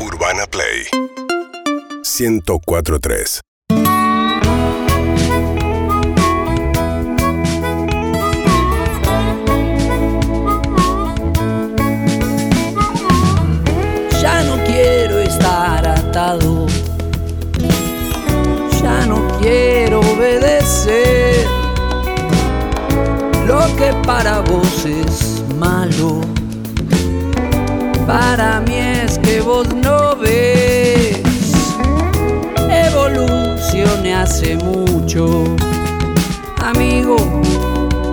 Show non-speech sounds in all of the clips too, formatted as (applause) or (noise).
Urbana Play 1043 Ya no quiero estar atado. Ya no quiero obedecer lo que para vos es malo. Para mí es que vos no ves. Evolucioné hace mucho, amigo,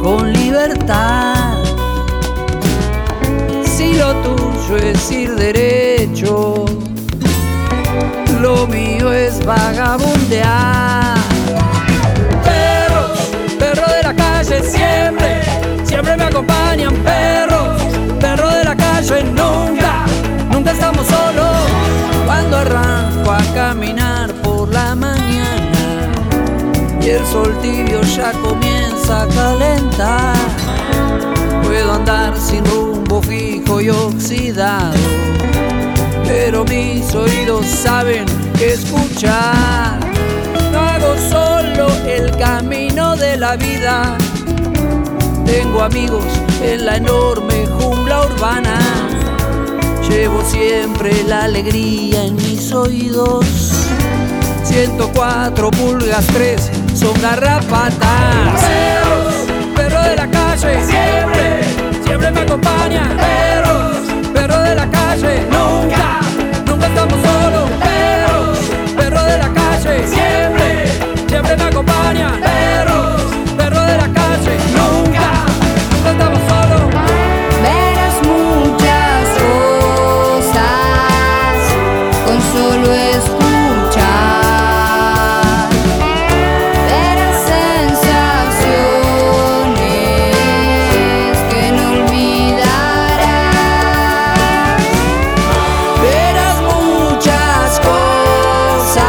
con libertad. Si lo tuyo es ir derecho, lo mío es vagabundear. Perros, perro de la calle siempre, siempre me acompañan. Perros, perro de la calle nunca, nunca estamos solos. Cuando arranco a caminar por la mañana y el sol tibio ya comienza a calentar. Puedo andar sin rumbo fijo y oxidado, pero mis oídos saben escuchar. No hago solo el camino de la vida, tengo amigos en la enorme jungla urbana. Llevo siempre la alegría en mis oídos. 104 pulgas 3 son garrapatas. Perros, perro de la calle, siempre, siempre me acompaña. Perros, perro de la calle, nunca, nunca estamos solos. Perros, perro de la calle, siempre, siempre me acompaña. Perros, perro de la calle, nunca, nunca estamos solos. Verás muchas cosas con solo escuchar. Verás sensaciones que no olvidarás. Verás muchas cosas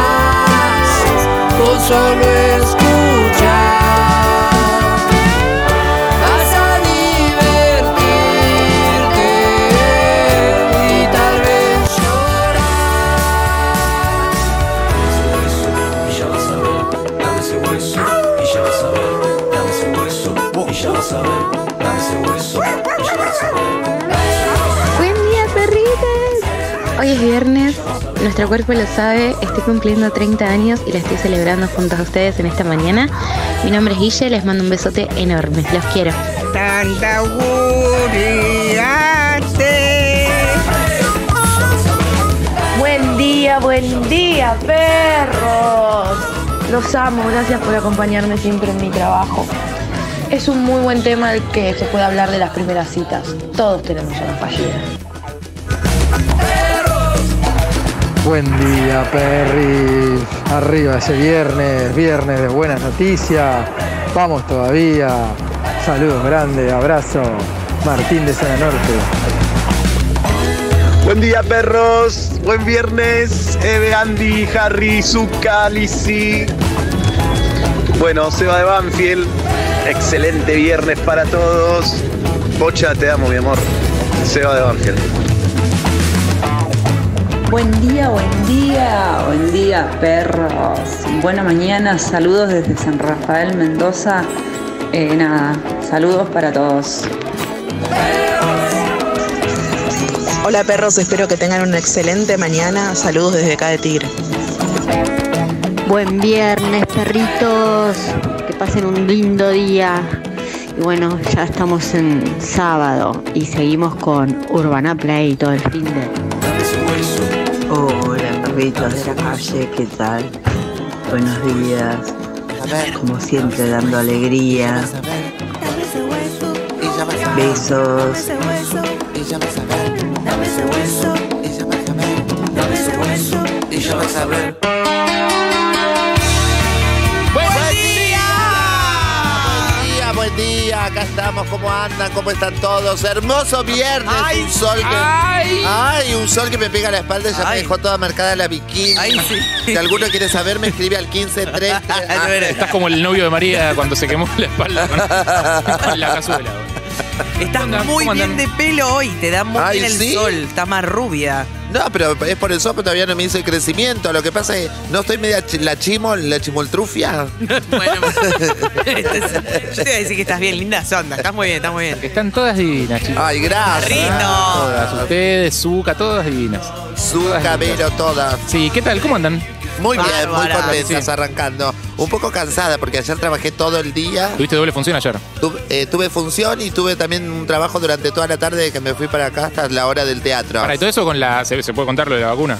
con solo escuchar. Vas a divertirte y tal vez llorar. y ya vas a ver, dame ese hueso, y ya vas a ver, dame ese hueso, y ya vas a ver, dame ese hueso, y ya vas a ver. Buen día, perritas. Hoy es viernes, nuestro cuerpo lo sabe, estoy cumpliendo 30 años y la estoy celebrando junto a ustedes en esta mañana. Mi nombre es Guille, les mando un besote enorme, los quiero. tanta guriate. Buen día, buen día, perros. Los amo, gracias por acompañarme siempre en mi trabajo. Es un muy buen tema el que se puede hablar de las primeras citas. Todos tenemos una fallida. Buen día, Perry. Arriba ese viernes, viernes de buenas noticias. Vamos todavía. Saludos grandes, abrazo. Martín de Zona Norte. Buen día, perros. Buen viernes. Eve, Andy, Harry, Zucca, Lizzy. Bueno, Seba de Banfield. Excelente viernes para todos. Pocha, te amo, mi amor. Seba de Banfield. Buen día, buen día, buen día, perros. Buena mañana, saludos desde San Rafael, Mendoza. Eh, nada, saludos para todos. Hola perros, espero que tengan una excelente mañana. Saludos desde acá de Tigre. Buen viernes, perritos. Que pasen un lindo día. Y bueno, ya estamos en sábado y seguimos con Urbana Play todo el fin de. Hola, perritos de la calle, ¿qué tal? Buenos días. Como siempre, dando alegría. Besos. ¡Buen, día! Buen día, buen día. Acá estamos. ¿Cómo andan? ¿Cómo están todos? Hermoso viernes. un sol que. ¡Ay! Un sol que me pega la espalda. Ya me dejó toda marcada la bikini. Si alguno (laughs) quiere saber, me escribe al (laughs) 1530. Estás como el novio de María cuando se quemó la espalda con- con la cazuela. Estás muy bien de pelo hoy, te da muy Ay, bien el ¿sí? sol, está más rubia. No, pero es por el sopa, todavía no me hizo el crecimiento. Lo que pasa es que no estoy media chi- la chimol, la chimoltrufia. (laughs) Yo te voy a decir que estás bien, linda sonda. Estás muy bien, estás muy bien. Están todas divinas, chicos. Ay, gracias. Todas, ustedes, Zuka, todas divinas. Zuka, Vero, todas. Sí, ¿qué tal? ¿Cómo andan? Muy bien, muy Bárbara. contentas Sí. arrancando. Un poco cansada porque ayer trabajé todo el día. Tuviste Ah, doble función ayer. Tu- eh, tuve función y tuve también un trabajo durante toda la tarde que me fui para acá hasta la hora del teatro. Para, y todo eso con la. ¿Se, se puede contar lo de la vacuna?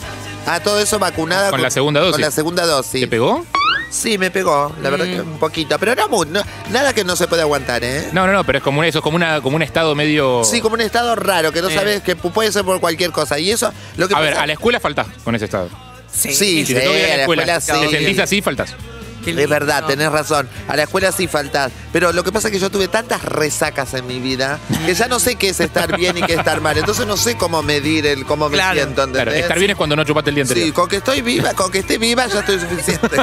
Ah, todo eso vacunada. Con la segunda dosis. Con la segunda dosis. ¿Te pegó? Sí, me pegó. La verdad que un poquito. Pero no, mu- no- nada que no se puede aguantar, ¿eh? No, no, no, pero es como un, eso es como, una, como un estado medio. Sí, como un estado raro, que no Eh. sabes que pu- puede ser por cualquier cosa. Y eso, lo que a ver, pasa- a la escuela faltás con ese estado. Sí, Si sí, te toca ir a la escuela, sí. te sentís así, faltás. Es verdad, tenés razón. A la escuela sí faltás. Pero lo que pasa es que (laughs) yo tuve tantas resacas en mi vida que ya no sé qué es estar bien y qué es estar mal. Entonces no sé cómo medir el cómo me siento. ¿entendés? Claro, estar bien es cuando no chupaste el día anterior. Sí, con que estoy viva, con que esté viva ya estoy suficiente.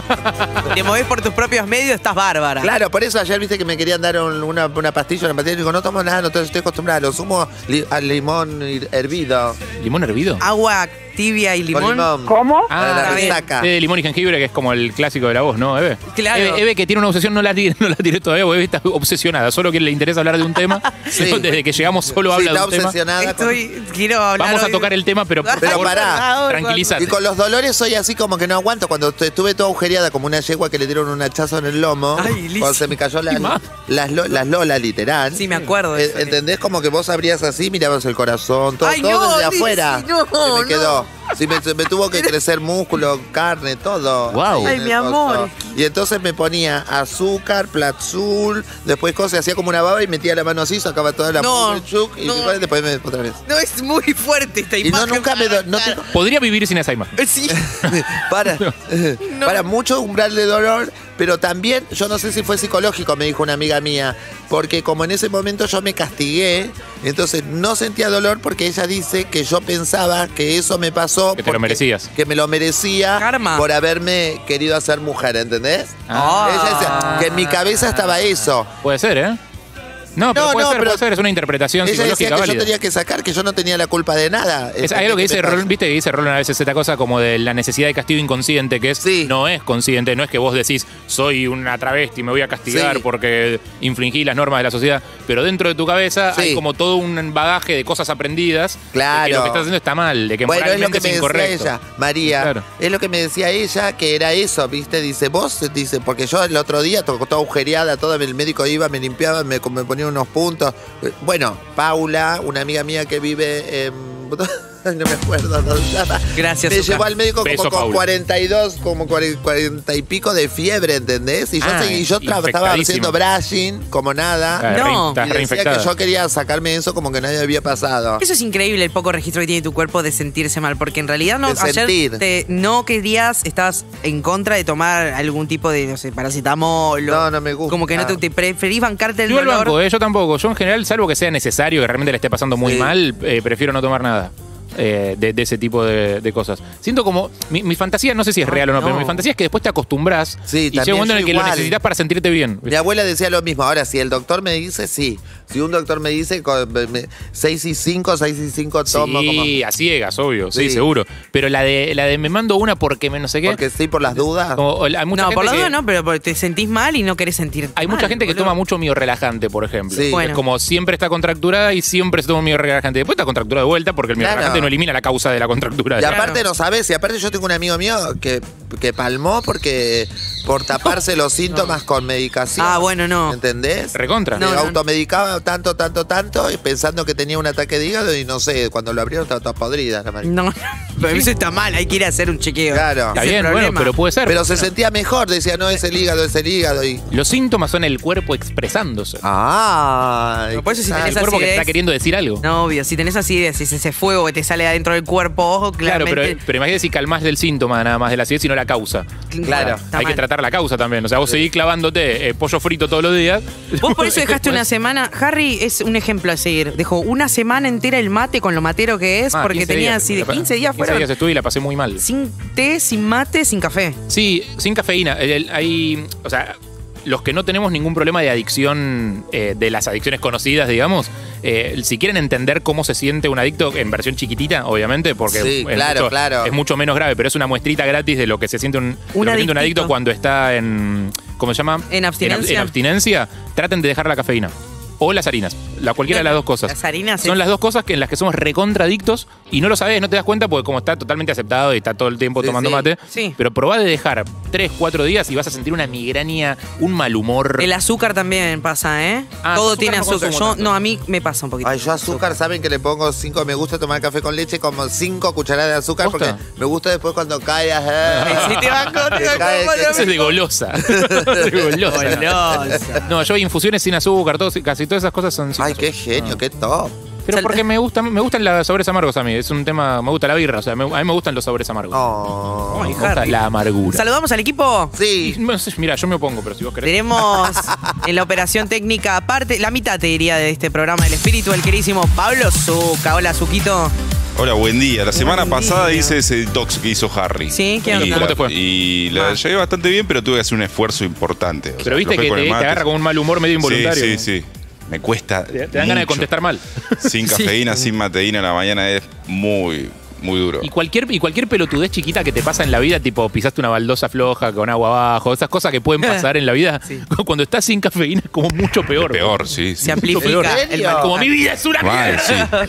Te movés por tus propios medios, estás bárbara. Claro, por eso ayer viste que me querían dar un- una, una pastilla, una pastilla. Y digo, no tomo nada, no estoy estoy acostumbrada. Lo sumo li- al limón hir- hervido. ¿Limón hervido? Agua tibia y Con limón. Ah, limón. Para la Ah. resaca. Té de limón y jengibre, que es como el clásico de la voz, ¿no, Eve? Claro. Eve, Eve, que tiene una obsesión, no la, ti- no la tiré todavía, porque Eve está obsesionada. Solo que le interesa hablar de un tema. Desde que llegamos (laughs) solo habla de un tema. eh, Estoy, quiero hablar Vamos a hoy- tocar el tema, pero, por Pero favor, pará. tranquilízate. Y con los dolores soy así como que no aguanto. Cuando est- estuve toda agujereada como una yegua que le dieron un hachazo en el lomo. cuando se me cayó la- las, lo- las lolas, literal. Sí, me acuerdo. Eh, ¿Entendés? Como que vos abrías así, mirabas el corazón, todo, Ay, todo no, desde Lizzy, afuera. no, Se me no. quedó. Sí, me, me tuvo que crecer músculo, carne, todo. Guau. Ahí Ay, en mi el coso. amor. Y entonces me ponía azúcar, platzul, después cosas, hacía como una baba y metía la mano así, sacaba toda la No, chuc, y no. después me otra vez. No, es muy fuerte esta Y no, imagen. nunca me... do- No tengo- Podría vivir sin esa imagen. (laughs) Sí. Eh, para, eh, para mucho umbral de dolor, pero también, yo no sé si fue psicológico, me dijo una amiga mía, porque como en ese momento yo me castigué, entonces no sentía dolor porque ella dice que yo pensaba que eso me pasó. Que te lo merecías. Que me lo merecía por haberme querido hacer mujer, ¿entendés? Ah. Ella decía que en mi cabeza estaba eso. Puede ser, ¿eh? No, pero No, puede no, ser, pero- puede ser. Es una interpretación Ella decía que psicológica yo válida. tenía que sacar, que yo no tenía la culpa de nada. Eh, Es algo que dice Roland, viste que dice Roland a veces esta cosa como de la necesidad de castigo inconsciente, que es no es consciente, no es que vos decís soy una travesti, me voy a castigar Sí. porque infringí las normas de la sociedad, pero dentro de tu cabeza hay como todo un bagaje de cosas aprendidas de que lo que estás haciendo está mal, de que bueno, es lo moralmente que es, me incorrecto. decía ella, María. Claro. Es lo que me decía ella, que era eso, ¿viste? Dice, vos, dice, porque yo el otro día, to- toda agujereada, todo el médico iba, me limpiaba, me, me ponía unos puntos. Eh, Bueno, Paula, una amiga mía que vive en... (laughs) No me acuerdo dónde estaba. Gracias, Me Zucca. llevó al médico Beso, como con Paula. 42, como 40, 40 y pico de fiebre, ¿entendés? Y yo, Ah, seguí- yo tra- estaba infectadísima. haciendo brushing, como nada. Ah, No. rein- estás Y decía que reinfectada. yo quería sacarme eso como que nadie había pasado. Eso es increíble el poco registro que tiene tu cuerpo de sentirse mal, porque en realidad no De sentir. ayer te- no querías, estabas en contra de tomar algún tipo de, no sé, paracetamol. No, no me gusta. Como que no te, te preferís bancarte el Uh, Yo al dolor. banco, ¿eh? yo tampoco. Yo en general, salvo que sea necesario, que realmente le esté pasando muy mal, eh, prefiero no tomar nada. eh, de, de ese tipo de, de cosas. Siento como. Mi, mi fantasía, no sé Ah, si es real o no, pero no. mi fantasía es que después te acostumbras y llega un también momento en el yo que lo igual. necesitas para sentirte bien. Mi abuela decía lo mismo. Ahora, si el doctor me dice, sí. Si un doctor me dice 6 y 5, 6 y 5 tomo. como- Sí, a ciegas, obvio, sí, Sí. seguro. Pero la de, la de me mando una porque me no sé qué. Porque sí, por las dudas. hay mucha no, gente por la que- duda no, pero porque te sentís mal y no querés sentirte Hay mucha gente que toma mucho mío relajante, por ejemplo. Sí. Que es Bueno. Como siempre está contracturada y siempre se toma mío relajante. Después está contracturada de vuelta porque el mío Claro. relajante no elimina la causa de la contractura. Y aparte no sabes, y aparte yo tengo un amigo mío que, que palmó porque por taparse (laughs) los síntomas con medicación. Ah, bueno, no. ¿Entendés? Recontra. Me No, no, no. automedicaba tanto, tanto, tanto, y pensando que tenía un ataque de hígado y no sé, cuando lo abrieron estaba toda podrida la marica. No, pero eso está mal, hay que ir a hacer un chequeo. Claro. Está bien, bueno, pero puede ser. Pero se sentía mejor, decía, no, es el hígado, es el hígado. Y Los síntomas son el cuerpo expresándose. Ah, por eso si tenés el cuerpo que acidez- está queriendo decir algo. No, obvio, si tenés así, si es ese fuego que te sale adentro del cuerpo, Claro, claramente... pero, pero imagínate si calmás del síntoma nada más de la acidez y no la causa. Claro. Está Hay que mal. tratar la causa también. O sea, vos seguís clavándote eh, pollo frito todos los días. Vos (laughs) por eso dejaste una semana. Harry es un ejemplo a seguir. Dejó una semana entera el mate con lo matero que es, Ah, porque 15 tenía días. así de 15 días fueron días estuve y la pasé muy mal. sin té, sin mate, sin café. Sí, sin cafeína. El- el- hay, o sea, los que no tenemos ningún problema de adicción, eh, de las adicciones conocidas, digamos, eh, si quieren entender cómo se siente un adicto en versión chiquitita, obviamente, porque Sí, es, claro, mucho, claro. es mucho menos grave, pero es una muestrita gratis de lo que se siente un, de lo que siente un adictito. adicto cuando está en. ¿Cómo se llama? en, ab- en En abstinencia. abstinencia, traten de dejar la cafeína. O las harinas, la, cualquiera de las dos cosas. Las harinas, Son eh. las dos cosas que, en las que somos recontradictos y no lo sabes, no te das cuenta porque como está totalmente aceptado y está todo el tiempo tomando sí. mate. Sí. Pero probá de dejar 3, 4 días y vas a sentir una migraña, un mal humor. El azúcar también pasa, ¿eh? Todo tiene azúcar. Yo, no, a mí me pasa un poquito. Ay, yo azúcar, saben que le pongo 5, me gusta tomar café con leche como 5 cucharadas de azúcar porque me gusta después cuando (laughs) cae. ajá. Sí, te va (laughs) con- Te cae- Eso (laughs) es de golosa. (laughs) De golosa. Golosa. No, yo infusiones sin azúcar, todo- casi todas esas cosas son sin Ay, qué genio, qué top. Pero porque me gustan, me gustan los sabores amargos a mí. Es un tema, me gusta la birra, o sea, me- a mí me gustan los sabores amargos. Oh, me gusta Harry. la amargura. ¿Saludamos al equipo? Sí. Mira, yo me opongo, pero si vos querés. Tenemos (laughs) en la operación técnica, aparte, la mitad te diría de este programa, el espíritu del queridísimo Pablo Zuca. Hola, Zuquito. Hola, buen día. La semana Buen pasada día. hice ese detox que hizo Harry. Sí, ¿qué y onda? la, ¿Cómo te fue? Y la llevé bastante bien, pero tuve que hacer un esfuerzo importante. O sea, Pero viste aflojé que con te, el te mate. agarra con un mal humor medio involuntario. Sí, sí, sí. Me cuesta. Te, dan ganas de contestar mal. (laughs) Sin cafeína, sin mateína, la mañana es muy, muy duro. Y cualquier, y cualquier pelotudez chiquita que te pasa en la vida, tipo pisaste una baldosa floja con agua abajo, esas cosas que pueden pasar en la vida, (laughs) cuando estás sin cafeína es como mucho peor. Peor, sí. sí. Se amplifica el mal- Como mi vida es una Mal, (laughs) sí. mierda.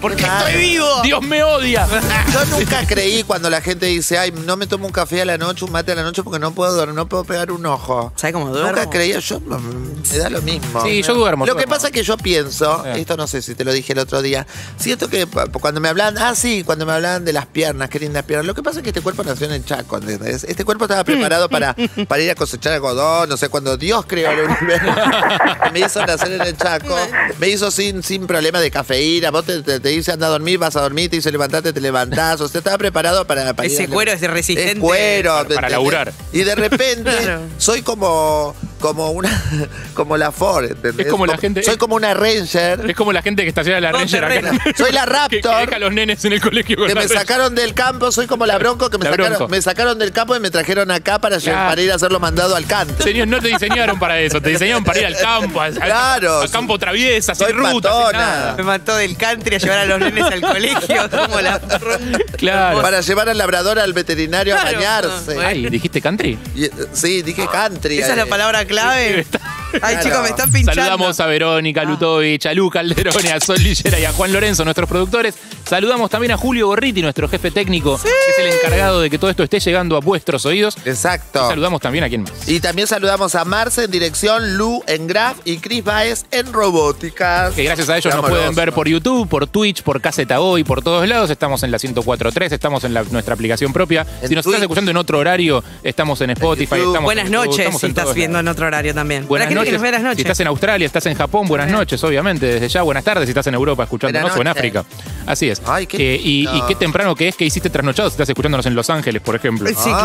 Porque estoy vivo. Dios me odia. Yo nunca creí cuando la gente dice, ay, no me tomo un café a la noche, un mate a la noche porque no puedo dormir, no puedo pegar un ojo. ¿Sabes cómo duermo? Nunca creía, yo me da lo mismo. Sí, yo duermo, Lo duermo. que pasa es que yo pienso, esto no sé si te lo dije el otro día, siento que pa- cuando me hablan, ah, sí, cuando me hablan de las piernas, qué lindas piernas, lo que pasa es que este cuerpo nació en el Chaco, ¿entendés? Este cuerpo estaba preparado (laughs) para, para ir a cosechar algodón, no sé, cuando Dios creó el universo, (laughs) me hizo nacer en el Chaco, me hizo sin, sin problema de cafeína, vos te, te, te dice anda a dormir, vas a dormir, te dice levantate, te levantás, o sea, estaba preparado para... para Ese ir a- cuero es resistente. Es cuero. Para- para ¿entendés? laburar. Y de (laughs) repente soy como... Como una. Como la Ford, ¿entendés? Es como la gente- Soy como una Ranger. Es como la gente que estaciona la Ranger acá. Soy la (laughs) Que, que deja a los nenes en el colegio con que la me Ranger. sacaron del campo, soy como la Bronco, que me, La sacaron, Bronco. me sacaron del campo y me trajeron acá para, lle- Claro. para ir a hacerlo mandado al canto. Señor, no te diseñaron para eso, te diseñaron para ir al campo, a, Claro, a campo traviesa, sin rutas, sin nada. Me mató del country a llevar a los nenes al colegio. (laughs) Como la... Claro. Para llevar al labrador al veterinario a bañarse. Ay, ¿dijiste country? Y, eh, sí, dije country. Esa es la palabra clave. Ay, Claro. chicos, me están pinchando. Saludamos a Ah. Verónica Lutovich, a Lu Calderone, a Sol Lillera y a Juan Lorenzo, nuestros productores. Saludamos también a Julio Gorriti, nuestro jefe técnico, que es el encargado de que todo esto esté llegando a vuestros oídos. Exacto. saludamos también a quien más. Y también saludamos a Marce en dirección, Lu en Graf y Chris Baez en robóticas. Que gracias a ellos nos Amoroso. pueden ver por YouTube, por Twitch, por Caseta Hoy, por todos lados. Estamos en la 104.3, estamos en la- nuestra aplicación propia. si nos estás escuchando en otro horario, estamos en Spotify. estamos Buenas en YouTube, noches estamos si en estás todos viendo en otro horario también. Buenas Para la gente noches. que nos ve a las Si estás en Australia, estás en Japón, buenas noches, obviamente. Desde ya, buenas tardes. Si estás en Europa escuchándonos Buenas o en noches. África. Así es. qué Eh, y, lindo. y qué temprano que es que hiciste trasnochado si estás escuchándonos en Los Ángeles, por ejemplo. Sí, Ah.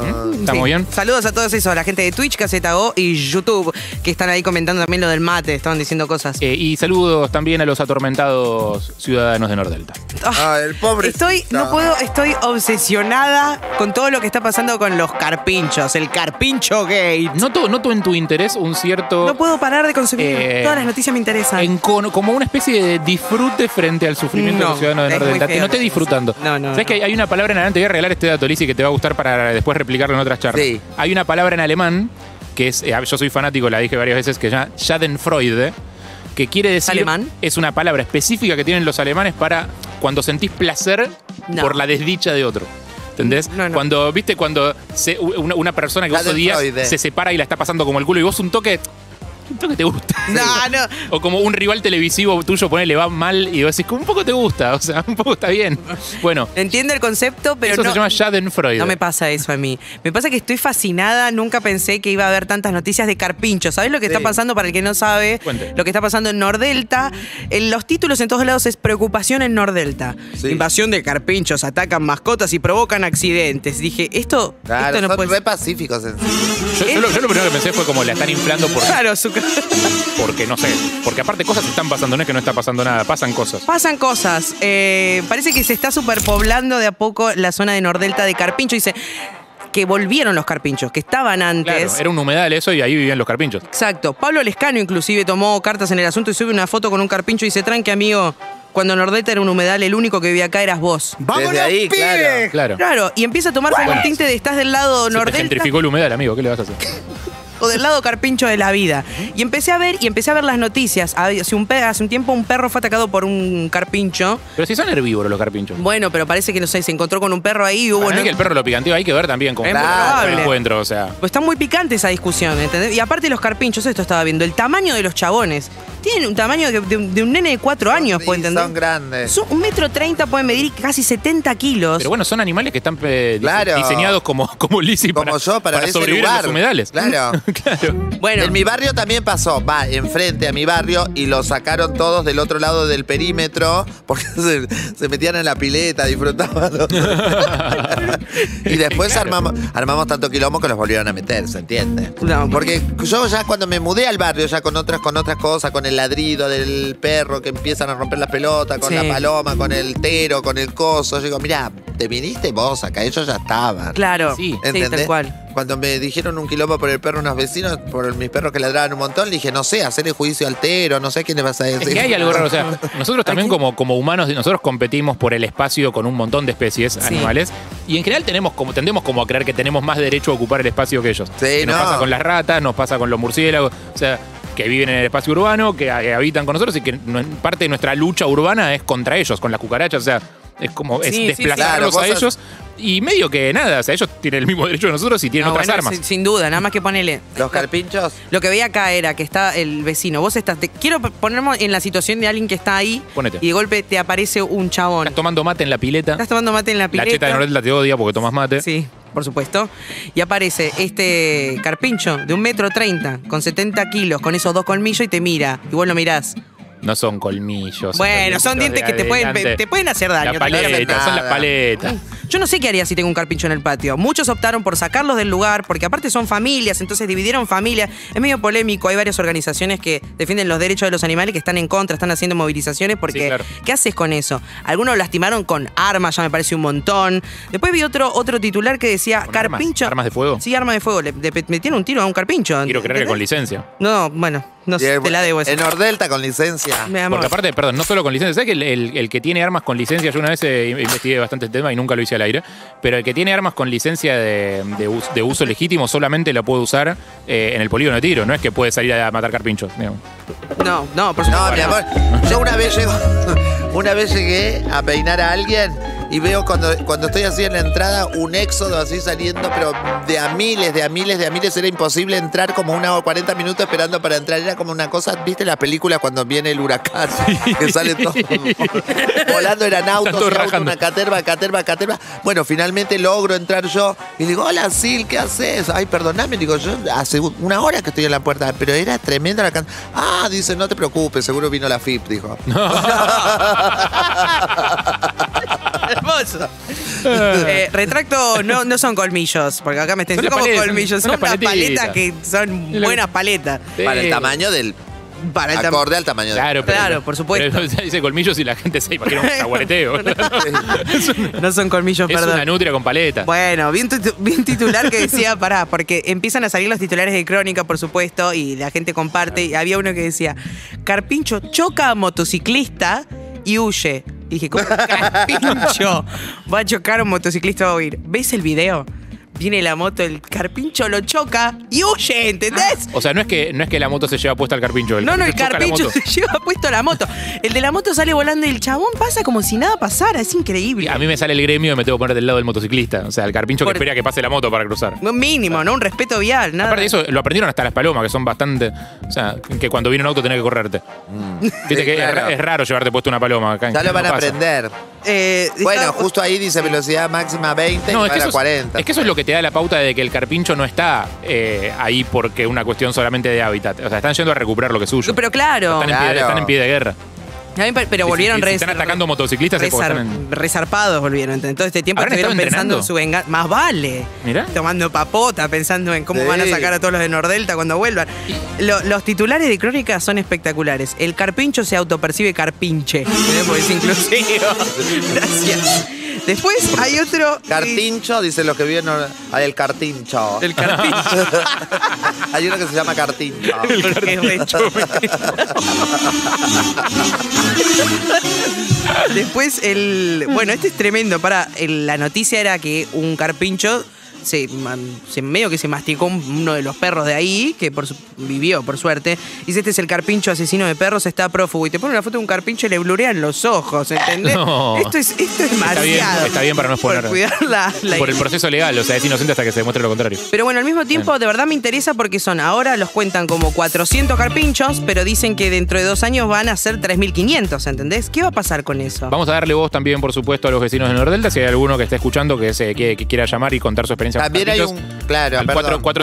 claro. ¿Estamos Sí. bien? Saludos a todos esos, a la gente de Twitch, KZO y YouTube, que están ahí comentando también lo del mate, estaban diciendo cosas. Eh, y saludos también a los atormentados ciudadanos de Nordelta. Ah, el pobre. Estoy, no puedo, estoy obsesionada con todo lo que está pasando con los carpinchos, el carpincho gate. Noto, noto en tu interés un cierto. No puedo parar de consumir. Eh, Todas las noticias me interesan. Cono- como una especie de disfrute frente al sufrimiento de No, los ciudadanos de es muy Nordelta, que feo. no esté disfrutando. ¿Sabes que hay- hay una palabra en adelante? Voy a regalar este dato, Lizzy, que te va a gustar para después replicarlo en otras charlas. Hay una palabra en alemán, que es, eh, yo soy fanático, la dije varias veces, que ya Schadenfreude, que quiere decir. ¿Alemán? Es una palabra específica que tienen los alemanes para cuando sentís placer No. por la desdicha de otro. ¿Entendés? Cuando, viste, cuando se- una, una persona que vos odias Schadenfreude. se separa y la está pasando como el culo y vos un toque un toque te gusta. (laughs) No, no. O como un rival televisivo tuyo, ponele, va mal y vos decís, como un poco te gusta, o sea, (laughs) un poco está bien. Bueno, Entiendo el concepto, pero eso no. se llama Schadenfreude. No me pasa eso a mí. Me pasa que estoy fascinada, nunca pensé que iba a haber tantas noticias de carpincho. ¿Sabes lo que está pasando para el que no sabe? Cuente. Lo que está pasando en Nordelta. En los títulos en todos lados es preocupación en Nordelta. Invasión de carpinchos, atacan mascotas y provocan accidentes. Dije, esto, Claro, esto no son puede re pacíficos. yo, yo lo, yo lo primero que pensé fue como la están inflando (laughs) porque, Claro, su- porque no sé. Porque aparte cosas están pasando, no es que no está pasando nada, pasan cosas. Pasan cosas. Eh, parece que se está superpoblando de a poco la zona de Nordelta de Carpincho. Dice, que volvieron los carpinchos, que estaban antes. Claro, era un humedal eso y ahí vivían los carpinchos. Exacto. Pablo Lescano inclusive tomó cartas en el asunto y sube una foto con un carpincho y dice, tranque amigo, cuando Nordelta era un humedal, el único que vivía acá eras vos. Desde ahí, claro. Claro. Claro, y empieza a tomar como Bueno. el tinte de estás del lado Se te nordelta gentrificó el humedal, amigo, ¿qué le vas a hacer? o del lado carpincho de la vida. Y empecé a ver, y empecé a ver las noticias. Hace un, pe- hace un tiempo un perro fue atacado por un carpincho. Pero si son herbívoros los carpinchos. Bueno, pero parece que no sé, se encontró con un perro ahí y hubo. Para mí no- que el perro lo picanteó, hay que ver también cómo Es fue probable. el encuentro, o sea. Pues está muy picante esa discusión, ¿entendés? Y aparte los carpinchos, esto estaba viendo, el tamaño de los chabones. Tienen un tamaño que- de, un- de un nene de cuatro años, ¿puedo entender? Son grandes. un metro treinta pueden medir casi 70 kilos. Pero bueno, son animales que están eh, dise- Claro. diseñados como, como Lizzie para, para ese sobrevivir en lugar. los humedales. (laughs) Claro. Bueno. En mi barrio también pasó. Va, enfrente a mi barrio y lo sacaron todos del otro lado del perímetro porque (laughs) se, se metían en la pileta, disfrutaban. (laughs) los- y después armamos, armamos tanto quilombo que los volvieron a meter, ¿se entiende? Porque yo ya cuando me mudé al barrio, ya con otras, con otras cosas, con el ladrido del perro que empiezan a romper las pelotas, con Sí. la paloma, con el tero, con el coso, yo digo, mirá, te viniste vos acá, ellos ya estaban. Claro. Sí. Sí, tal cual. Cuando me dijeron un quilombo por el perro unos vecinos, por mis perros que ladraban un montón, le dije, no sé, hacerle juicio al tero, no sé a quién le vas a decir. Es que hay algo raro, o sea, nosotros también como, como humanos, nosotros competimos por el espacio con un montón de especies animales y en general tenemos como, tendemos como a creer que tenemos más derecho a ocupar el espacio que ellos. Que nos no. pasa con las ratas, nos pasa con los murciélagos, o sea, que viven en el espacio urbano, que, que habitan con nosotros y que no- parte de nuestra lucha urbana es contra ellos, con las cucarachas, o sea, es como es Sí, sí, sí. desplazarlos Claro, a vos ellos y medio que nada, o sea, ellos tienen el mismo derecho que nosotros y tienen No, otras bueno, armas. sin, sin duda, nada más que ponele. (laughs) ¿Los carpinchos? Lo que veía acá era que está el vecino. Vos estás. te- quiero ponernos en la situación de alguien que está ahí Ponete. y de golpe te aparece un chabón. Estás tomando mate en la pileta. Estás tomando mate en la La pileta. cheta de Norelda te odia porque tomas mate. Sí. por supuesto. Y aparece este carpincho de un metro treinta, con 70 kilos, con esos dos colmillos y te mira. Y vos lo mirás. No son colmillos. bueno, son dientes que te pueden, adelante. te pueden hacer La daño. te pueden hacer paleta, son las nada. paletas. Yo no sé qué haría si tengo un carpincho en el patio. Muchos optaron por sacarlos del lugar, porque aparte son familias, entonces dividieron familias. Es medio polémico, hay varias organizaciones que defienden los derechos de los animales que están en contra, están haciendo movilizaciones, porque ¿qué haces con eso? Algunos lo lastimaron con armas, ya me parece un montón. Después vi otro, otro titular que decía, Armas, carpincho... Armas de fuego. Sí, arma de fuego. Le, le metieron un tiro a un carpincho. Quiero creer que con licencia. No, bueno, no sé, te la debo esa. En Nordelta con licencia. Mi amor. Porque aparte, perdón, no solo con licencia. ¿Sabes que el, el- el que tiene armas con licencia, yo una vez eh, investigué bastante el tema y nunca lo hice al aire, pero el que tiene armas con licencia de, de us- de uso legítimo solamente la puede usar eh, en el polígono de tiro, no es que puede salir a matar carpinchos. digamos. No, no, por No, supuesto. mi amor, yo una vez llego, (laughs) una vez llegué a peinar a alguien y veo cuando, cuando estoy así en la entrada un éxodo así saliendo, pero de a miles, de a miles, de a miles. Era imposible entrar como una o 40 minutos esperando para entrar. Era como una cosa, ¿viste las películas cuando viene el huracán? Que sale todo volando, eran autos, todos y autos, rajando. una caterva, caterva, caterva. Bueno, finalmente logro entrar yo y digo, hola Sil, ¿qué haces? Ay, perdoname, digo, yo hace u- una hora que estoy en la puerta, pero era tremenda la can... Ah, dice, no te preocupes, seguro vino la FIP, (laughs) dijo. Hermoso. (laughs) Eh, retracto no, no son colmillos, porque acá me estén Son las como paletas, son- colmillos. son Son, las unas paletitas. paletas que son buenas paletas. Para el tamaño del... Para el tama- acorde al tamaño del... Claro, pero- Claro, por supuesto. pero (laughs) dice colmillos y la gente se imagina un (laughs) jaguareteo. no son colmillos, Es perdón. una nutria con paleta. Bueno, vi un, titu- vi un titular que decía, (laughs) pará, porque empiezan a salir los titulares de Crónica, por supuesto, y la gente comparte. Y había uno que decía, Carpincho choca a motociclista y huye. Y dije, ¿cómo Carpincho va a chocar a un motociclista va a huir? ¿Ves el video? Viene la moto, el Carpincho lo choca y huye, ¿entendés? O sea, no es que no es que la moto se lleva puesta al carpincho. No, no, el choca la carpincho moto. (laughs) se lleva puesto la moto. El de la moto sale volando y el chabón pasa como si nada pasara. Es increíble. A mí me sale el gremio y me tengo que poner del lado del motociclista. O sea, el carpincho Por- que espera que pase la moto para cruzar. Mínimo, ¿no? Un respeto vial, nada. Aparte de eso, lo aprendieron hasta las palomas, que son bastante. O sea, que cuando viene un auto tenés que correrte. Viste que es Mm. claro. ra- es raro llevarte puesto una paloma acá. en- Ya lo no van a pasa. aprender. Eh, bueno, justo ahí dice velocidad máxima 20 No, y es que, para eso es, 40. es que eso es lo que te da la pauta de que el carpincho no está eh, ahí porque una cuestión solamente de hábitat. O sea, están yendo a recuperar lo que es suyo. Pero claro. Están, en pie, están en pie de guerra. A mí pa- Pero Sí, sí, volvieron sí, re- si están atacando motociclistas es re- porque zar- están en- resarpados volvieron. Entonces, todo este tiempo ¿Habrán estuvieron estado pensando en su venganza. Más vale. Mirá. Tomando papota, pensando en cómo Sí. van a sacar a todos los de Nordelta cuando vuelvan. Lo- los titulares de Crónica son espectaculares. El carpincho se autopercibe carpinche. ¿eh? Porque es inclusivo. (laughs) Gracias. Después hay otro. Cartincho, dicen los que viven. Hay ah, el cartincho. (laughs) El cartincho. hay uno que se llama cartincho. (laughs) Porque eh, es re Después el. Bueno, este es tremendo. Para, la noticia era que un carpincho se, man- se- medio que se masticó un- uno de los perros de ahí, que por su- vivió, por suerte. Dice, este es el carpincho asesino de perros, está prófugo. Y te pone una foto de un carpincho y le blurean los ojos, (laughs) ¿entendés? No. Esto es, esto es Está bien, demasiado. está bien para no exponer. Por cuidar la- la Por el proceso legal, o sea, es inocente hasta que se demuestre lo contrario. pero bueno, al mismo tiempo, de verdad me interesa porque son ahora los cuentan como 400 carpinchos, pero dicen que dentro de dos años van a ser 3.500, ¿entendés? ¿Qué va a pasar con eso? Vamos a darle voz también, por supuesto, a los vecinos del Nordelta, si hay alguno que esté escuchando que, se, que, que quiera llamar y contar su experiencia. con (laughs) También hay carpitos, un- claro, al perdón. 4-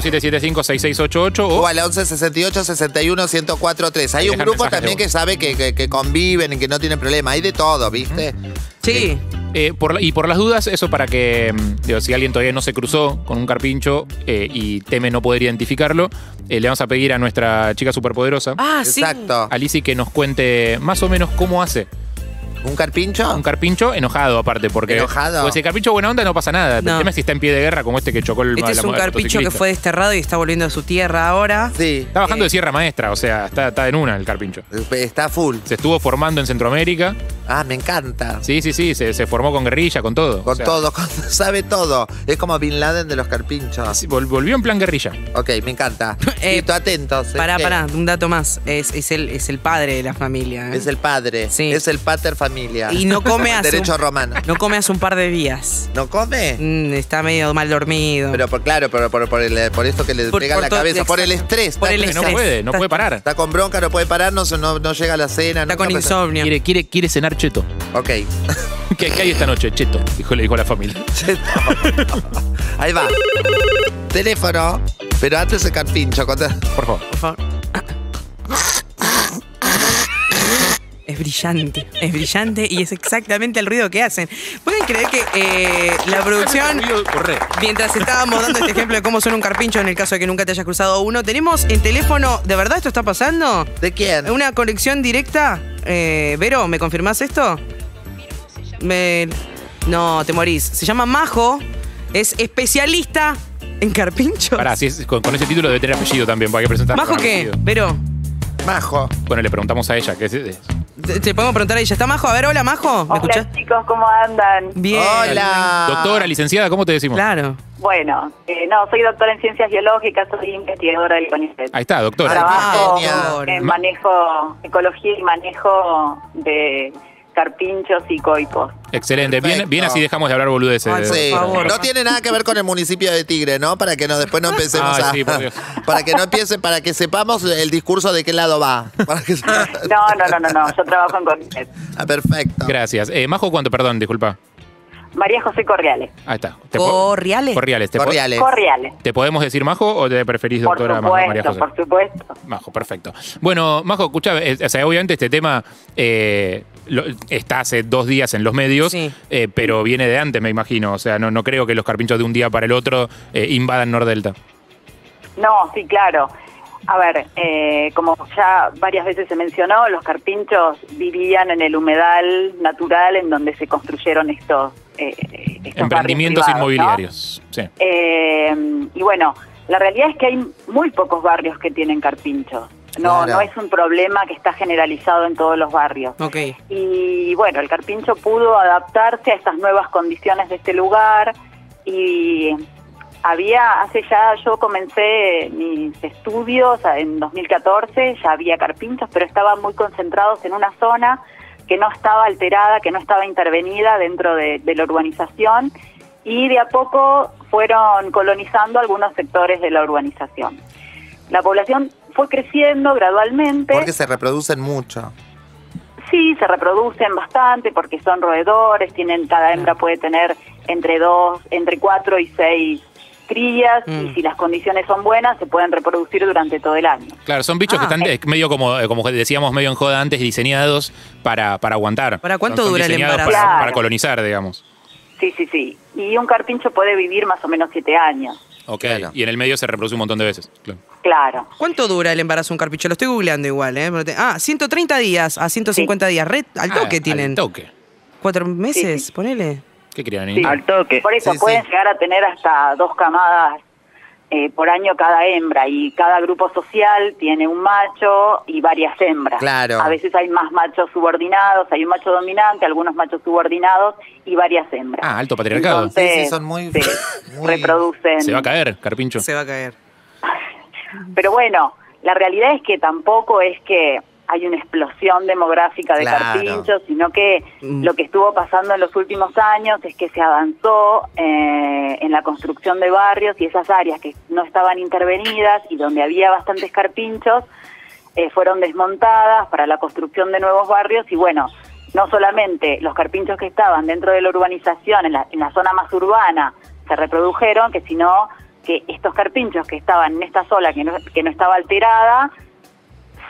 4775-6688 o, O al 11 68 61 104 3. Hay un Dejan grupo mensajes también de que sabe que, que- que conviven y que no tienen problema. Hay de todo, ¿viste? Sí. Eh, por la- y por las dudas, eso para que, mm, digo, si alguien todavía no se cruzó con un carpincho eh, y teme no poder identificarlo, eh, le vamos a pedir a nuestra chica superpoderosa, Ah, sí. a Lizzy, que nos cuente más o menos cómo hace. ¿Un carpincho? Un carpincho enojado, aparte, porque. Enojado. Pues el carpincho buena onda no pasa nada. No. El tema es si está en pie de guerra, como este que chocó el Este es un carpincho que fue eh, desterrado y está volviendo a su tierra ahora. Sí. Está bajando de Sierra Maestra, o sea, está, está en una el carpincho. Está full. Se estuvo formando en Centroamérica. Ah, me encanta. Sí, sí, sí, se, se formó con guerrilla, con todo. Con todo, con- (laughs) sabe todo. Es como Bin Laden de los carpinchos. volvió en plan guerrilla. Ok, me (laughs) encanta. Listo, atentos. ¿eh? Pará, ¿Qué? pará, un dato más. Es, es el, es el padre de la familia. ¿eh? Es el padre. Es el pater familia. Y no (laughs) come hace Derecho un- romano. No come hace un par de días. Mm, ¿No come? está medio mal dormido. Pero por, claro, pero por, por, el- por esto que le Por- pega por en la todo- cabeza, por el exacto. estrés. Por está el estresado. estrés. No puede, no Está- puede parar. Está con bronca, no puede parar, no, no, no llega a la cena. Está con insomnio. Quiere, quiere, quiere cenar cheto. (laughs) Ok. (laughs) ¿Qué, qué hay esta noche? Cheto, dijo, le dijo la familia. Ahí va. Teléfono. Pero antes el carpincho. contá- Por favor. Por favor. Es brillante, es brillante y es exactamente el ruido que hacen. ¿Pueden creer que eh, la producción, mientras estábamos dando este ejemplo de cómo suena un carpincho en el caso de que nunca te hayas cruzado uno, tenemos en teléfono, ¿de verdad esto está pasando? ¿De quién? ¿Una conexión directa? Eh, Vero, ¿me confirmás esto? Me- No, te morís. Se llama Majo, es especialista en carpincho. Pará, si es- con, con ese título debe tener apellido también, porque hay que presentar. ¿Majo qué? Vero. Majo. Bueno, le preguntamos a ella, que es, es- Te, te podemos preguntar a ella. ¿Está Majo? A ver, hola Majo. ¿Me escuchás? chicos, ¿cómo andan? Bien. Ah. Doctora, licenciada, ¿cómo te decimos? Claro. Bueno, eh, no, soy doctora en ciencias biológicas, soy investigadora del CONICET. Ahí está, doctora. Trabajo Genia. en Ma- manejo, ecología y manejo de carpinchos y coipos. Excelente. Bien, bien así dejamos de hablar boludeces. Ay, por Sí. favor. No tiene nada que ver con el municipio de Tigre, ¿no? Para que no después no empecemos Ay, a. Ah, sí, por Dios. (laughs) para que no empiece, para que sepamos el discurso de qué lado va. (laughs) Para que- (laughs) No, no, no, no, no, yo trabajo en CONICET. Ah, perfecto. Gracias. Eh, Majo, ¿cuánto? Perdón, disculpa. María José Correales. Ahí está. Te po- Corriales. Corriales. ¿Te, po- Corriales. Corriales. ¿Te podemos decir Majo o te preferís Por doctora Majo María supuesto, José? por supuesto. Majo, perfecto. Bueno, Majo, escucha, o sea, obviamente este tema eh, lo- está hace dos días en los medios, eh, pero viene de antes, me imagino. O sea, no, no creo que los carpinchos de un día para el otro eh, invadan Nordelta. No, sí, claro. A ver, eh, como ya varias veces se mencionó, los carpinchos vivían en el humedal natural en donde se construyeron estos, eh, estos Emprendimientos barrios privados, ¿no? inmobiliarios. Sí. Eh, y bueno, la realidad es que hay muy pocos barrios que tienen carpinchos. No, Ah, Claro. no es un problema que está generalizado en todos los barrios. Ok. Y bueno, el carpincho pudo adaptarse a estas nuevas condiciones de este lugar y había, hace ya, yo comencé mis estudios a- en 2014, ya había carpinchos, pero estaban muy concentrados en una zona que no estaba alterada, que no estaba intervenida dentro de, de la urbanización y de a poco fueron colonizando algunos sectores de la urbanización. La población fue creciendo gradualmente. Porque se reproducen mucho. Sí, se reproducen bastante porque son roedores, tienen cada hembra puede tener entre dos, entre cuatro y seis crías Mm. y si las condiciones son buenas se pueden reproducir durante todo el año. Claro, son bichos Ah. que están eh, medio como, eh, como decíamos, medio en joda antes, diseñados para, para aguantar. ¿Para cuánto Son- son dura el diseñados embarazo? Para, Claro. para colonizar, digamos. Sí, sí, sí. Y un carpincho puede vivir más o menos siete años. Ok. Y en el medio se reproduce un montón de veces. Claro. Claro. ¿Cuánto dura el embarazo de un carpicho? Lo estoy googleando igual, ¿eh? Pero te- Ah, 130 días a 150 días. Red, al Ah, toque al tienen. toque. ¿Cuatro meses? Ponele. ¿Qué querían? Sí. Al toque. Por eso pueden llegar a tener hasta dos camadas eh, por año cada hembra y cada grupo social tiene un macho y varias hembras. Claro. A veces hay más machos subordinados, hay un macho dominante, algunos machos subordinados y varias hembras. Ah, alto patriarcado. Entonces, sí, (laughs) reproducen. Se va a caer, Carpincho. Se va a caer. Pero bueno, la realidad es que tampoco es que hay una explosión demográfica de Claro. carpinchos, sino que Mm. lo que estuvo pasando en los últimos años es que se avanzó eh, en la construcción de barrios y esas áreas que no estaban intervenidas y donde había bastantes carpinchos eh, fueron desmontadas para la construcción de nuevos barrios y bueno, no solamente los carpinchos que estaban dentro de la urbanización, en la, en la zona más urbana, se reprodujeron, que sino que estos carpinchos que estaban en esta zona que no, que no estaba alterada,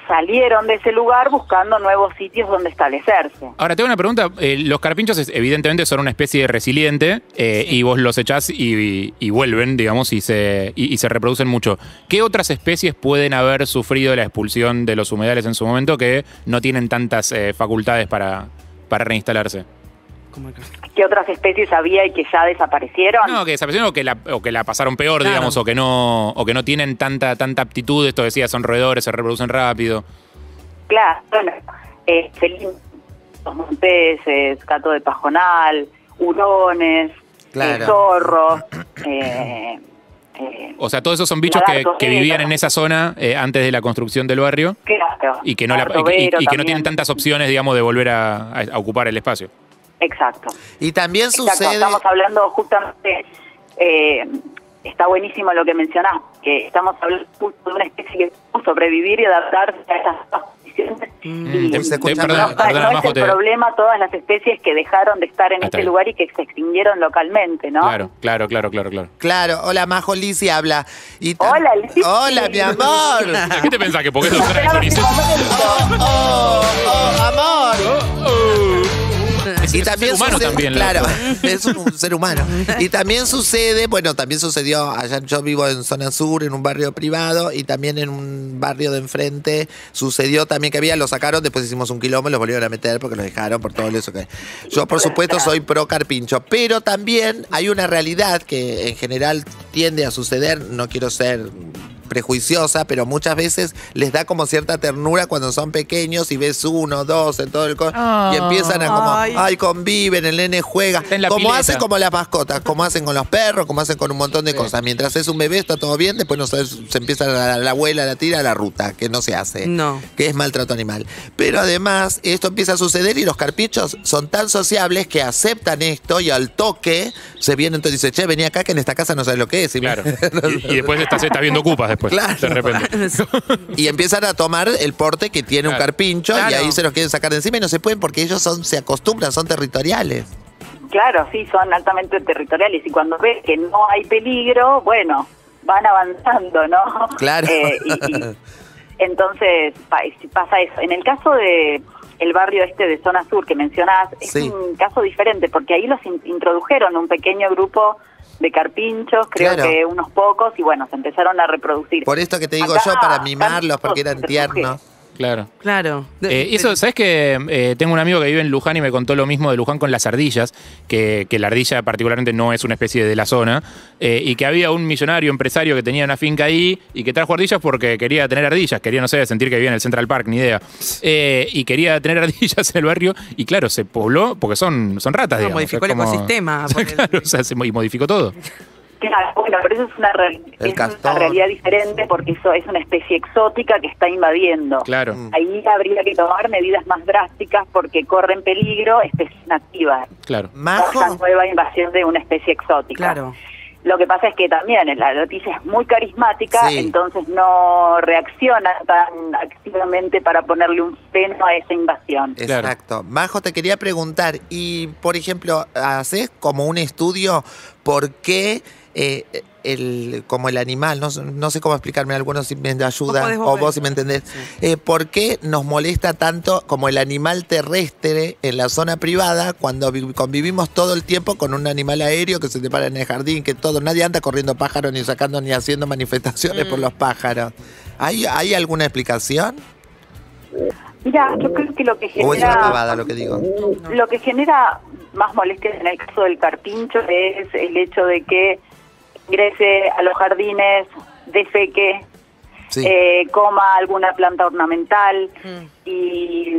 salieron de ese lugar buscando nuevos sitios donde establecerse. Ahora, tengo una pregunta. Eh, los carpinchos, es- evidentemente, son una especie resiliente eh, y vos los echás y, y- y vuelven, digamos, y se, y, y se reproducen mucho. ¿Qué otras especies pueden haber sufrido la expulsión de los humedales en su momento que no tienen tantas eh, facultades para, para reinstalarse? ¿Qué otras especies había y que ya desaparecieron? No, que desaparecieron o que la, o que la pasaron peor, digamos, o que no o que no tienen tanta tanta aptitud. Esto decía, son roedores, se reproducen rápido. Claro, bueno, eh, felino, los monteses, gato de pajonal, hurones, Claro. eh, zorros, (clears throat) eh, eh, O sea, todos esos son bichos que, Lagartos, que sí, vivían en esa zona eh, antes de la construcción del barrio. claro, y que no, la- Cordovero y- y- y que no también. tienen tantas opciones, digamos, de volver a, a- a ocupar el espacio. Exacto. Y también sucede. Estamos hablando justamente. eh, está buenísimo lo que mencionás, que estamos hablando justo de una especie que puede sobrevivir y adaptarse a esas condiciones. Mm, te- te- No, perdón, no perdona, es Majo, el te- problema todas las especies que dejaron de estar en Ah, está ese bien. lugar y que se extinguieron localmente, ¿no? Claro, claro, claro, claro, claro. Claro, hola Majo Lizzy habla. Y tam- hola Hola mi amor. (laughs) ¿Qué te pensás que porque esto trae Oh, oh, amor. Es- y es también un ser humano sucede- también, la- claro, (laughs) es un ser humano. Y también sucede, bueno, también sucedió allá. Yo vivo en zona sur, en un barrio privado, y también en un barrio de enfrente sucedió también que había, lo sacaron, después hicimos un kilómetro, los volvieron a meter porque los dejaron por todo eso que. Yo, por supuesto, soy pro carpincho, pero también hay una realidad que en general tiende a suceder. No quiero ser prejuiciosa, pero muchas veces les da como cierta ternura cuando son pequeños y ves uno, dos, en todo el co- y empiezan a como, Ay. ay. conviven, el nene juega, en la como pileta. hacen como las mascotas, como hacen con los perros, como hacen con un montón de cosas. Mientras es un bebé está todo bien, después no sabes, se empieza la, la abuela, la tira a la ruta, que no se hace, No. que es maltrato animal. Pero además esto empieza a suceder y los carpichos son tan sociables que aceptan esto y al toque se vienen entonces dice, che, vení acá que en esta casa no sabes lo que es. Y Claro. (laughs) Y, y después estás, estás viendo ocupas después. Claro. De repente. (laughs) y empiezan a tomar el porte que tiene un carpincho y ahí se los quieren sacar de encima y no se pueden porque ellos son, se acostumbran, son territoriales. Claro, sí, son altamente territoriales y cuando ves que no hay peligro, bueno, van avanzando, ¿no? Claro. Eh, y- y entonces pa- pasa eso. En el caso de el barrio este de zona sur que mencionás, es Sí. un caso diferente porque ahí los in- introdujeron un pequeño grupo de carpinchos, creo Claro. que unos pocos, y bueno, se empezaron a reproducir. e-, Por esto que te digo Acá, yo, para mimarlos porque eran tiernos. Claro. Claro. Eh, y eso, ¿sabes que Tengo un amigo que vive en Luján y me contó lo mismo de Luján con las ardillas, que, que la ardilla particularmente no es una especie de la zona, eh, y que había un millonario empresario que tenía una finca ahí y que trajo ardillas porque quería tener ardillas, quería, no sé, sentir que vivía en el Central Park, ni idea. Eh, y quería tener ardillas en el barrio y claro, se pobló porque son, son ratas, No, digamos. modificó es (laughs) el ecosistema, O sea, claro, o sea, se mo- y modificó todo. Claro, bueno, pero eso es una, real- El es castor. una realidad diferente porque eso es una especie exótica que está invadiendo. Claro. Ahí habría que tomar medidas más drásticas porque corren peligro especies nativas. Claro. Mm, Esta nueva invasión de una especie exótica. Claro. Lo que pasa es que también la noticia es muy carismática, Sí. entonces no reacciona tan activamente para ponerle un freno a esa invasión. Exacto. Majo, te quería preguntar, y por ejemplo, ¿haces como un estudio por qué eh, el, como el animal, no, no sé cómo explicarme, algunos si me ayudan, podés, vos o podés. vos si me entendés, Eh, ¿por qué nos molesta tanto como el animal terrestre en la zona privada cuando vi- convivimos todo el tiempo con un animal aéreo que se te para en el jardín, que todo, nadie anda corriendo pájaros ni sacando ni haciendo manifestaciones Mm. por los pájaros? ¿Hay, ¿Hay alguna explicación? Mira, yo creo que lo que ¿O es una genera pavada lo que digo? lo que genera más molestias en el caso del carpincho es el hecho de que ingrese a los jardines, defeque, Sí. eh, coma alguna planta ornamental y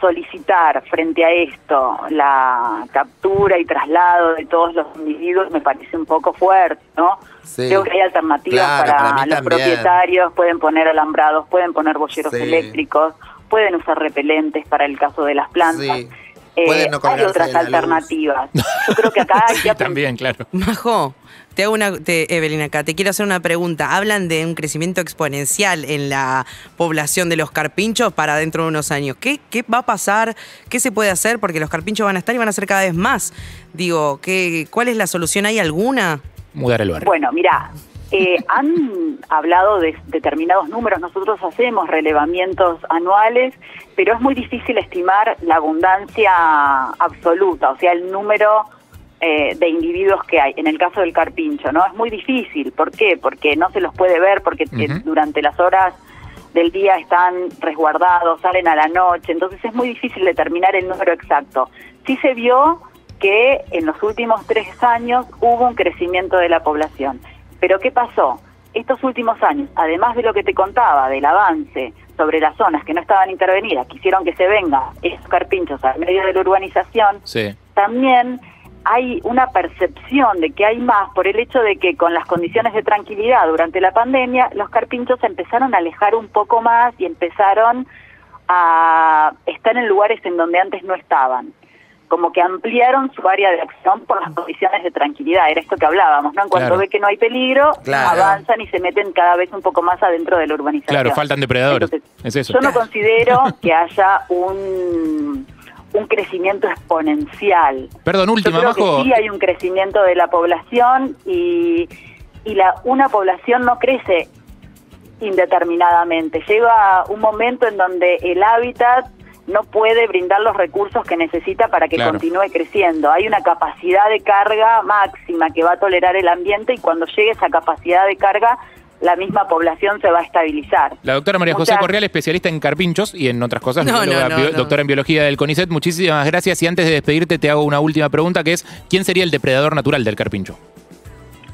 solicitar frente a esto la captura y traslado de todos los individuos me parece un poco fuerte, ¿no? Sí. Creo que hay alternativas Claro, para, para mí los también. propietarios, pueden poner alambrados, pueden poner boyeros Sí. eléctricos, pueden usar repelentes para el caso de las plantas. Sí. Eh, Pueden no hay colgarse otras de la luz. (laughs) alternativas. Yo creo que acá hay que También, claro. Majo, te hago una, te, Evelyn acá, te quiero hacer una pregunta. Hablan de un crecimiento exponencial en la población de los carpinchos para dentro de unos años. ¿Qué, qué va a pasar? ¿Qué se puede hacer? Porque los carpinchos van a estar y van a ser cada vez más. Digo, ¿qué, ¿cuál es la solución? ¿Hay alguna? Mudar el barrio. Bueno, mira, eh, han hablado de determinados números, nosotros hacemos relevamientos anuales, pero es muy difícil estimar la abundancia absoluta, o sea, el número eh, de individuos que hay, en el caso del carpincho, ¿no? Es muy difícil, ¿por qué? Porque no se los puede ver, porque eh, Ujú. durante las horas del día están resguardados, salen a la noche, entonces es muy difícil determinar el número exacto. Sí se vio que en los últimos tres años hubo un crecimiento de la población. Pero ¿qué pasó? Estos últimos años, además de lo que te contaba del avance sobre las zonas que no estaban intervenidas, que hicieron que se vengan esos carpinchos al medio de la urbanización, Sí. también hay una percepción de que hay más por el hecho de que con las condiciones de tranquilidad durante la pandemia, los carpinchos se empezaron a alejar un poco más y empezaron a estar en lugares en donde antes no estaban. Como que ampliaron su área de acción por las condiciones de tranquilidad. Era esto que hablábamos, ¿no? En cuanto Claro. ve que no hay peligro, Claro. avanzan y se meten cada vez un poco más adentro de la urbanización. Claro, faltan depredadores. Es eso. Yo no considero que haya un, un crecimiento exponencial. Perdón, Yo última, creo Majo. que sí hay un crecimiento de la población y, y la, una población no crece indeterminadamente. Llega un momento en donde el hábitat no puede brindar los recursos que necesita para que Claro. continúe creciendo. Hay una capacidad de carga máxima que va a tolerar el ambiente y cuando llegue esa capacidad de carga, la misma población se va a (laughs) estabilizar. La doctora María José Muchas- Correal, especialista en carpinchos y en otras cosas, No, no, bióloga, no, bio- no. doctora en biología del CONICET. Muchísimas gracias y antes de despedirte te hago una última pregunta que es, ¿quién sería el depredador natural del carpincho?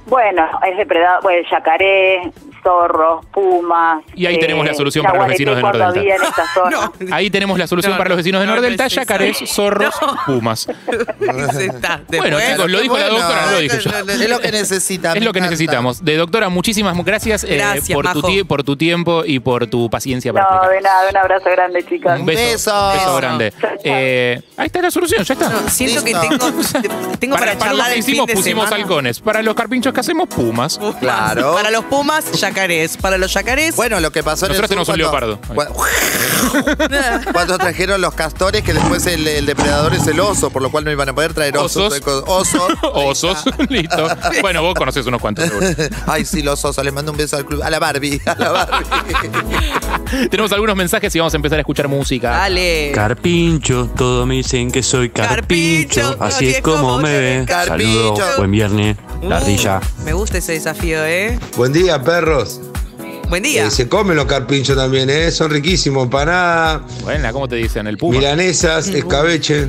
Bueno, es depredado, bueno, yacaré, zorros, pumas. eh, Y ahí tenemos la solución para los vecinos de yaguareté Nordelta. todavía en esta zona. Ahí tenemos la solución No, para los vecinos de no, Nordelta, no es eso. yacarés, zorros, pumas. bueno, chicos, lo dijo la Bueno, doctora, no lo dije yo. Es lo (laughs) que necesitamos. Es lo que necesitamos. De doctora, muchísimas gracias, eh, Gracias, por, tu Majo. tie- por tu tiempo y por tu paciencia para No, explicar. de nada, un abrazo grande, chicos. Un beso, un beso Ah. grande. Eh, ahí está la solución, ya está. Siento que tengo, tengo para, para charlar los que el fin hicimos de pusimos semana. halcones. Para los carpinchos que hacemos, pumas. Claro. Para los pumas, yacarés. Para los yacarés. Bueno, lo que pasó en el Nosotros tenemos sur un (laughs) cuando- leopardo. Cuando trajeron los castores, que después el, el depredador es el oso, por lo cual no iban a poder traer osos. Osos. Osos, (laughs) listo. Bueno, vos conocés unos cuantos. seguro. (laughs) Ay, sí, los osos. Les mando un beso al club. A la Barbie. A (laughs) la Barbie. Tenemos algunos mensajes y vamos a empezar a escuchar música. (laughs) Dale. Carpincho, todos me dicen que soy carpincho, así es como me ven. Carpincho. Saludos, pues. buen viernes, la ardilla. Me gusta ese desafío, ¿eh? Buen día, perros. Buen día. Eh, se comen los carpinchos también, ¿eh? Son riquísimos. Empanada. Buena, ¿cómo te dicen? El puma. Milanesas, Mm. escabeche.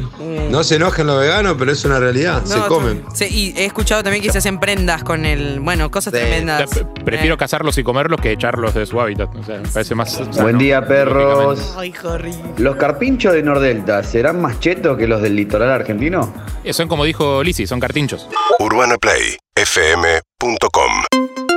No se enojen los veganos, pero es una realidad. se No, comen. se- y he escuchado también que se hacen prendas con el. Bueno, cosas tremendas. O sea, pre- Prefiero cazarlos y comerlos que echarlos de su hábitat. O sea, me parece más. Buen día, perros. Ay, Jorri. ¿Los carpinchos de Nordelta serán más chetos que los del litoral argentino? Eh, Son como dijo Lisi, son cartinchos. UrbanaPlayFM.com